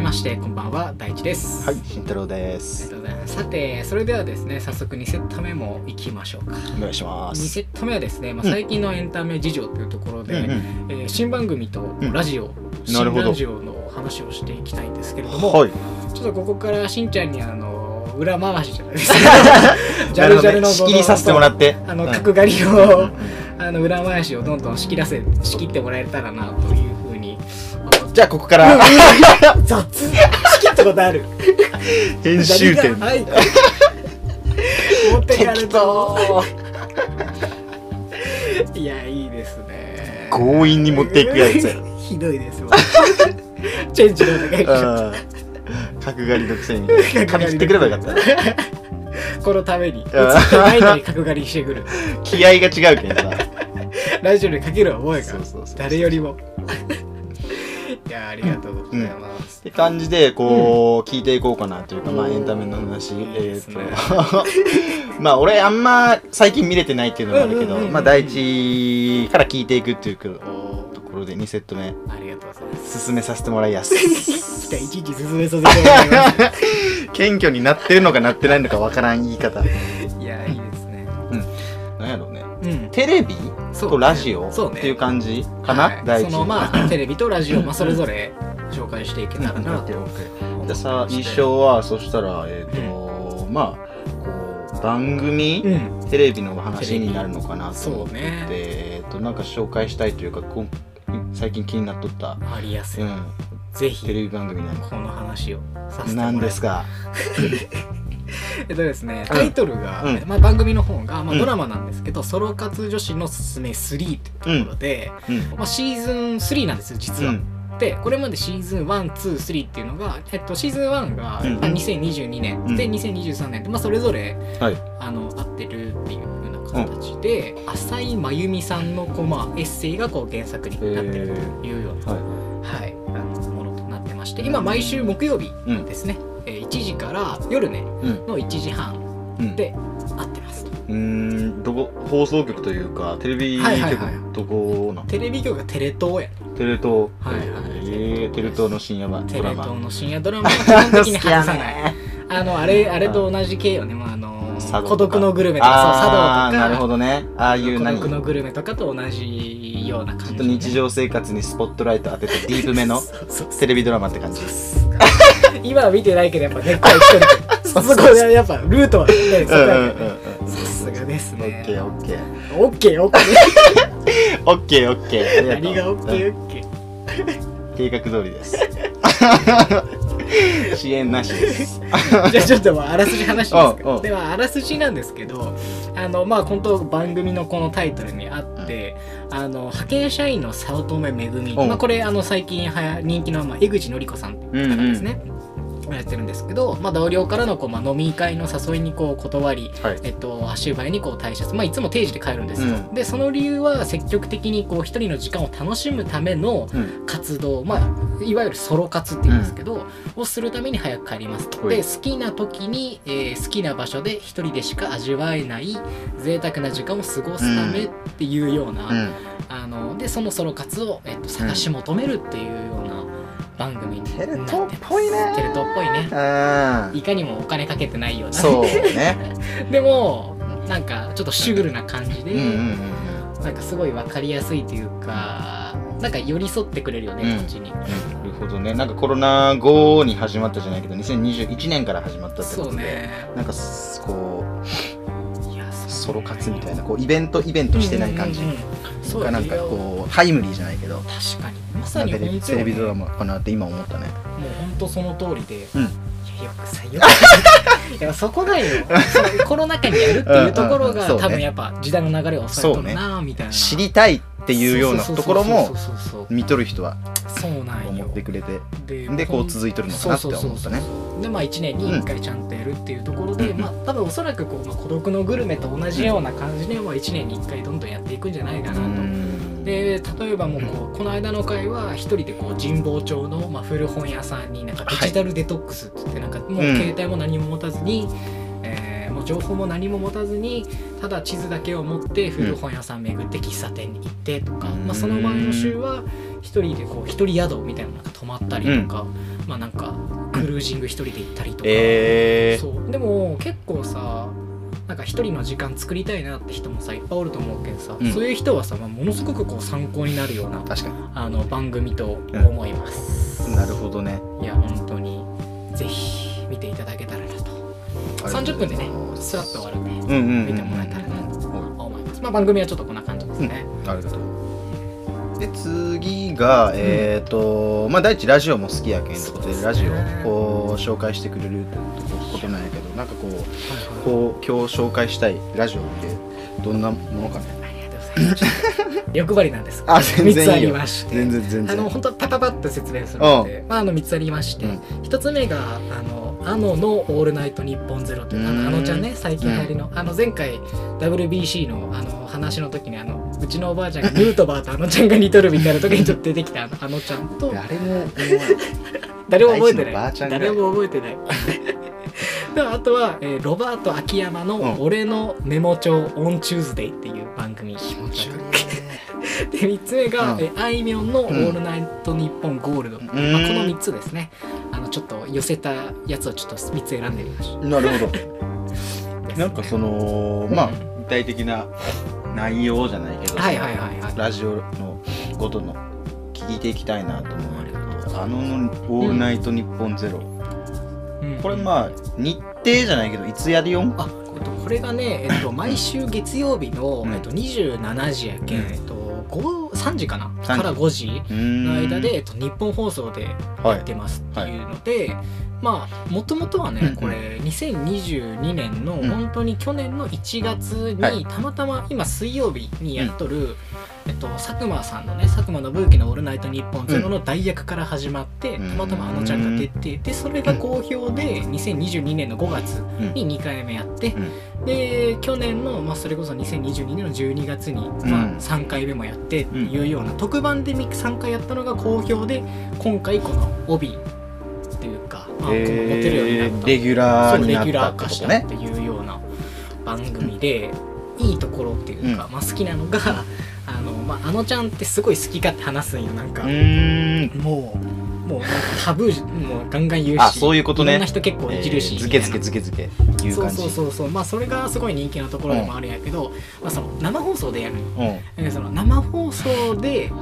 ましてこんばんは大地ですはい、慎太郎でありがす。とうございますさてそれではですね早速2セット目もいきましょうかお願いしま2す。セット目はですね、まあ、うん最近のエンタメ事情というところで、うんうんえー新番組とんラジオ、な新るほどラジオの話をしていきたいんですけれども、はい。ちょっとここからしんちゃんにあの裏回しじゃないです かジャルジャルのなるほどね仕切りさせてもらって。あのうん角刈りうんをあの裏回しをどんどん仕切らせ仕切ってもらえたらなというふうにじゃあここから 雑仕切ったことある編集点。何がない持ってかれ適当た。いやいいですね強引に持っていく やつや。 ひどいですもんチェンジのお願いしまうん角刈りのくせにす髪切ってくればよかったこのために映ってないのに角刈りしてくる気合が違うけんさラジオにかける思いがそうそうそう誰よりもいやありがとうございます、って感じでこう、聞いていこうかなというかまあエンタメの話えいいでーすねっと まあ俺あんま最近見れてないっていうのもあるけうんうんどうんうんまあ第一から聞いていくっていうとおーころで2セット目ありがとうございます進めさせてもら いやす期待いちいち進めさせてもらいま謙虚になってるのかなってないのかわからん言い方 すいやいいですねなんやろうねうんテレビそうとラジオそうっねていう感じかな、はい第一その まあテレビとラジオ、まあ、それぞれ紹介していけたらなと思ってでさまして印象はそしたらえっ、と、まあこう番組、うんテレビの話になるのかなと思そっうて、ねえっとなんか紹介したいというかこん最近気になっとった、ありやすい、うん、ぜテひレビ番組なのこの話をさせてもらい何まですかえっとですねうんタイトルが、うんまあ、番組の方が、まあ、うんドラマなんですけど「ソロ活女子のすすめ3」というところで、うんまあ、シーズン3なんですよ実うは。んでこれまでシーズン123っていうのが、えっと、シーズン1が、うんまあ2022年、うんで2023年で、まあ、それぞれ、はいあの合ってるっていう風な形で、浅井真由美さんのこう、まあ、エッセイがこう原作になってるというような、ははい、あのものとなってまして今毎週木曜日うんですね、えー1時から夜ねいうんの1時半うんで合ってますとうーんどこ放送局というかテレビ局、はいはいはいどこなのテレビ局がテレ東やテレ東、はいはいえーテレ東の深夜版テドレラ東マの深夜ドラマは基本的に 外さ好きないやねあのあれあれと同じ系よね、まあ、あの茶道とか孤独のグルメとあかあそうな茶る道ほとかどねああいう孤何独のグルメとかと同じような感じ、ね、ちょっと日常生活にスポットライト当ててディー プめのそうそうテレビドラマって感じ 今は見てないけどやっぱ根っこは一人 そこでやっぱルートはねそこやからねオさすがですッねケーオッケーオッケーオッケオッケーオッケーー何がオッケーーオッケー計画通りです 支援なしですじゃあちょっとまああらすじ話しますけおうおどうではあらすじなんですけどあのまあ本当番組のこのタイトルにあって、あの派遣社員の早乙女めぐみ、おうまあ、これあの最近はや人気の、まあ、江口のり子さんっていう方ですね、をやってるんですけど、まあ、同僚からのこう、まあ、飲み会の誘いにこう断り、はいえっと、足早にこう退社する、まあ、いつも定時で帰るんですよ、うでその理由は積極的にこう一人の時間を楽しむためのうん活動、まあ、いわゆるソロ活っていうんですけど、をするために早く帰りますとはいで好きな時に、えー好きな場所で一人でしか味わえない贅沢な時間を過ごすためっていうような、うんあのでそのソロ活を、えっと探し求めるっていうような番組になってます、テレ東っぽいねテレ東っぽいねあーいかにもお金かけてないような そうねでもなんかちょっとシュールな感じで、うんうんうんなんかすごい分かりやすいというかなんか寄り添ってくれるよね、うんこっちに。うんなるほどねなんかコロナ後に始まったじゃないけど2021年から始まったってこそとうでねなんかすこいやそううソロ活みたいなこうイベントイベントしてない感じうんうんうんそがうなんかうこうタイムリーじゃないけど確かにまさなんにか本当よねねテレビドラマかなって今思ったねもう本当その通りで、うんいやよく さよくいやそこだよそうコロナ禍にやるっていうところうんうんうんが、そうね多分やっぱ時代の流れを抑えとるなみたいな、知りたいっていうようなところそもうそうそうそう見とる人はそうなん思よってくれてででこう続いてるのかなって思ったねそうそうそうそうでまあ1年に1回ちゃんとやるっていうところで、うんまあ多分おそらくこう、まあ、孤独のグルメと同じような感じで、まあ、1年に1回どんどんやっていくんじゃないかなうと。んで例えばもうこうこの間の回は一人でこう神保町の、まあ、古本屋さんになんかデジタルデトックスって言ってなんかもううん携帯も何も持たずに、えーもう情報も何も持たずにただ地図だけを持って古本屋さん巡って喫茶店に行ってとか、うんまあ、その前の週は一人でこう一人宿みたいなのなんか泊まったりとか、まあなんかクルージング一人で行ったりとか、えー、そうでも結構さなんか一人の時間作りたいなって人もさいっぱいおると思うけどさ、うんそういう人はさ、まあ、ものすごくこう参考になるような確かあの番組と思います、になるほどねいや本当にぜひ見ていただけたらなと30分でねスワッと終わるんでうんうんうん見てもらえたらなとは思います、まあ番組はちょっとこんな感じですね、いありがとうで次がえっ、とまあ第一ラジオも好きやけんってことでラジオをこう紹介してくれるってことなんやけどなんかこうはいはいこう今日紹介したいラジオってどんなものかねありがとうございます 欲張りなんですあ全3つあ然いいりよまして全然全あの然本当はパパパッと説明するので、まあ、あの3つありまして、うん1つ目が「あのあののオールナイトニッポンゼロというあうのんあのちゃんね最近流行りの、あの前回 WBC のあの話の時にあのうちのおばあちゃんがヌートバーとあのちゃんが似とるみたいな時にちょっと出てきたあのあのちゃんと誰も思わ誰も覚えて大地のばなあいちゃんぐらい誰も覚えてないであとは、えーロバート秋山のうん「俺のメモ帳オンチューズデイ」っていう番組気持ないで3つ目が、うんえあいみょんの「オールナイトニッポンゴールド」まあ、この3つですねあのちょっと寄せたやつをちょっと3つ選んでみまし なるほどたなんかそのまあ具体的な内容じゃないけど、はいはいはいはいラジオのことの聞いていきたいなと思うんだけどあの「オールナイトニッポンゼロ、これあまあ日程じゃないけどいつやるよんあえっとこれがね、えっと、 毎週月曜日の、うんえっと、27時やけん、うんえっと、5 3時かな時から5時うーんの間で、えっと、日本放送ではやってますってはいいうので、まあもともとはね、うんこれ2022年のうん本当に去年の1月に、はいたまたま今水曜日にやっとる、えっと、佐久間さんのね佐久間信之の「オールナイトニッポンゼロの代役から始まって、うんたまたまあのちゃんが出てでそれが好評で2022年の5月い、に2回目やって、で去年の、まあ、それこそ2022年の12月に、まうんあ、3回目もやってっていうような、特番で3回やったのが好評で今回この帯っていうか、まあ、このえ持てるようになった、ー、レギュラそーうにレなギュったラっーて化こしたとねっていうような番組で、いいところっていうか、うまあ、好きなのが あの,、まあ、あのちゃんってすごい好き勝手話すんよなんか、うーんもう。もうなんかタブーもうガンガン言うしあそういうことねろんな人結構いじるし、えみーたズいケなズケズケズケいうそう感じそうそうそうまあそれがすごい人気なところでもあるんやけど、まあ、その生放送でやるうんなんかその生放送で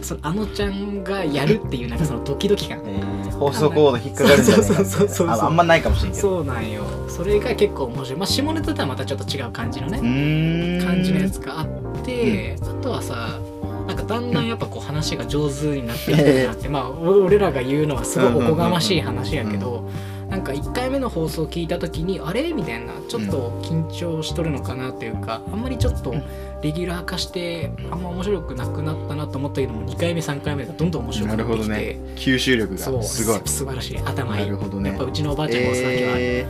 そのあのちゃんがやるっていうなんかそのドキドキ感えー放送コード引っかかるんじゃないそかうそうそうそうああんまないかもしれんけどそうなんよそれが結構面白い、まあ、下ネタとはまたちょっと違う感じのうねーん感じのやつがあって、あとはさなんかだんだんやっぱこう話が上手になってきてなって、まあお俺らが言うのはすごいおこがましい話やけど、なんか1回目の放送聞いた時にあれみたいなちょっと緊張しとるのかなというかあんまりちょっとうんレギュラー化してあんま面白くなくなったなと思ったけども2回目3回目がどんどん面白くななるってほきどて、ね吸収力そがうすごい素晴らしい頭い、ないるほどねやっぱうちのおばあちゃんもお酒は、え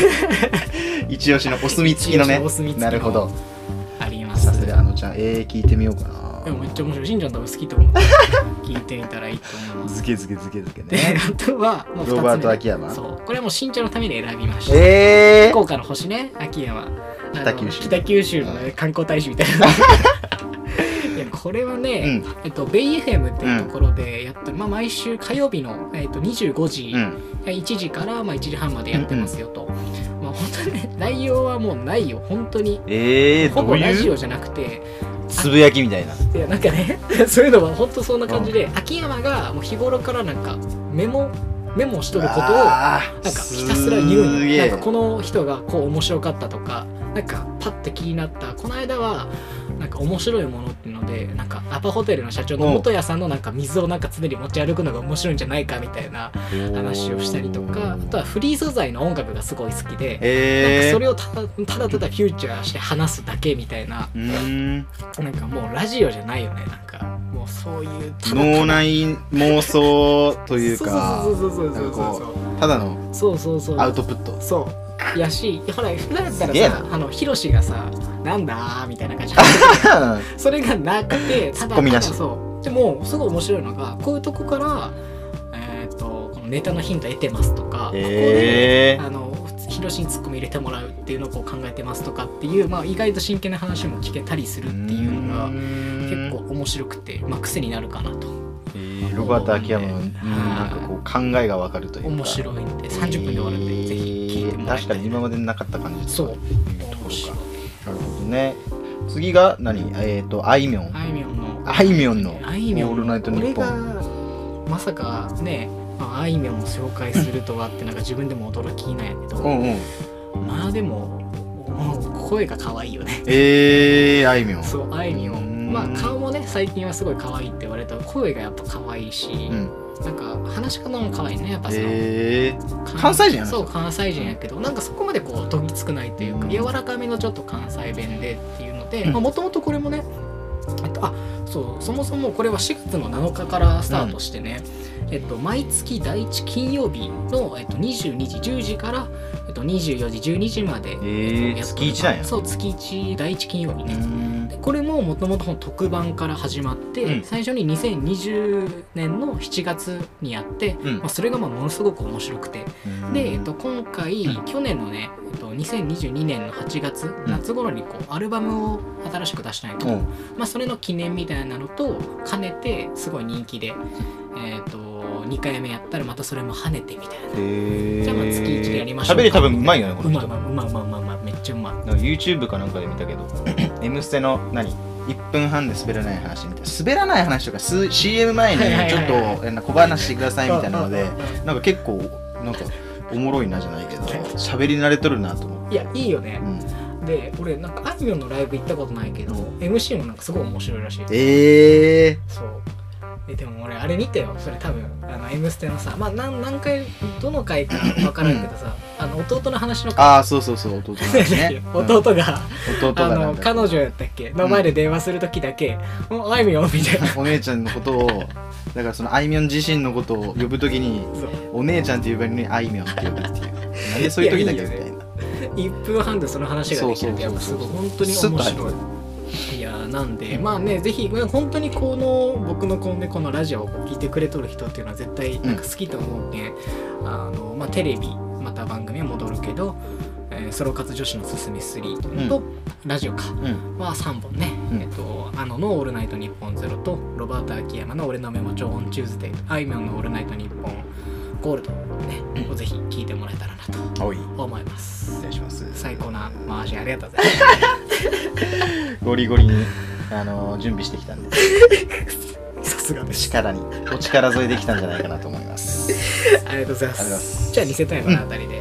ー一押しのお墨付きのね一押しのお墨付きのなるほどありますさすがあのちゃんえー、聞いてみようかなでもめっちゃ面白いしんちゃん多分好きと思う聞いてみたらいいと思いますズケズケズケズケでねあとはもう2つ目ロバート秋山そうこれはもうしんちゃんのために選びました、 え福ー、岡の星ね秋山あの北九州北九州のね、うん観光大使みたいな いやこれはうね、んえっと、ベイ FM っていうところでやってる、まあ、毎週火曜日の、えっと、25時、うん1時から、まあ、1時半までやってますよと、まあ本当にね内容はもうないよ本当にえー、ほどぼうラジいうオじゃなくてつぶやきみたいないやなんかね そういうのは本当そんな感じで、秋山がもう日頃からなんかメモメモしとることをなんかあーひたすら言うすのげなんえかこの人がこう面白かったとかなんかパッて気になったこの間はなんか面白いものっていうのでなんかアパホテルの社長の元谷さんのなんか水をなんか常に持ち歩くのが面白いんじゃないかみたいな話をしたりとかあとはフリー素材の音楽がすごい好きで、なんえかー、それをただただただフューチャーして話すだけみたいなうーんなんかもうラジオじゃないよねなんかもうそういうただ脳内妄想というかそうそうそうそうなんかこただのそうそうそうそうそうアウトプッ トそうやしほら普段やったすげえらなさあのヒロシがさ「なんだ?」みたいな 感じでそれがなくてたツッだコミなしただそうでもすごい面白いのがこういうとこからえっ、とこのネタのヒント得てますとか、ここでえあのひロシーにツッコミ入れてもらうっていうのをこう考えてますとかっていう、まあ、意外と真剣な話も聞けたりするっていうのが結構面白くて、まあ、癖になるかなとえーロバート秋山の、うんなんかこう考えがわかるというか面い白いんで30分で終わるんで、ぜひ聞いてもらい確たかいに今までになかった感じそうというとこ面白いろかなるほどね次が何えっ、とあいみょんあいみょんのあいみょんのあいみょんオールナイトニッポン俺がまさかねまああいみょんを紹介するとはってなんか自分でも驚きなんやけど、うんうんまあでもうん声が可愛いよねえー、あいみょんそうあいみょうんんまあ顔もね最近はすごい可愛いって言われた声がやっぱ可愛いし、うんなんか話し方も可愛いねやっぱその、えー、関西人やなそう関西人やけどなんかそこまでこうどぎつくないというか柔らかめのちょっと関西弁でっていうのでうんもともとこれもねえっとあそうそもそもこれは4月の7日からスタートしてね、えっと、毎月第1金曜日の、えっと、22時10時から、えっと、24時12時まで、えー、やっと月一なんやそう月1第1金曜日うね、んでこれももともと特番から始まって、うん最初に2020年の7月にやって、うんまあ、それがまあものすごく面白くてで、えっと、今回、うん去年のね、えっと、2022年の8月ん夏頃にこうアルバムを新しく出したんやけうど、んまあ、それの記念みたいなのと兼ねてすごい人気で、えっと2回目やったらまたそれも跳ねてみたいな。えー、じゃあまあ月一でやりましょう喋り多分うまいよねこうのまい人うまいうまいうまいうまいうまいめっちゃうまいなんか YouTube かなんかで見たけ ど「M ステ」の何1分半で滑らない話みたいな滑らない話とかす CM 前にはいはいはいちょっとえーな小話してくださいみたいなのでうんうんうんなんか結構なんかおもろいなじゃないけど喋り慣れとるなと思って、いやいいよねう、ん、で俺なんかあいみょんのライブ行ったことないけど MC もなんかすごい面白いらしいええそうえでも俺あれ見てよそれ多分あの「M ステ」のさまあ何何回どの回か分からんけどさあの弟の話の 回ああそうそうそう弟の話 ね弟が、うん弟あがなのんだ彼女やったっけの前で電話する時だけ「もうあいみょん」みた いな お姉ちゃんのことをだからそのあいみょん自身のことを呼ぶときにそうお姉ちゃんって呼ばれるのにあいみょんって呼ぶっていうなんでそういう時だけみたいな1分半でその話ができるってやっぱすごい本当にスッ面と入白るい。いやーなんでまあねぜひまあ本当にこの僕のこの,、ね、このラジオを聞いてくれとる人っていうのは絶対なんか好きと思うけん、あのまあ、テレビまた番組は戻るけど、えーソロ活女子のすすめ3と、ラジオかうんは3本ね、うんえっとあのの「オールナイトニッポンゼロとロバート秋山の「俺のメモ帳オンチューズデイ」あいみょんの「オールナイトニッポンゴールドね」をぜひ聞いてもらえたらなとおい思います失礼します最高な回しありがとうございますゴリゴリに、あの準備してきたんでさすがでした力にお力添えできたんじゃないかなと思いますありがとうございま。ありがとうございますじゃあ、2世帯のあたりで、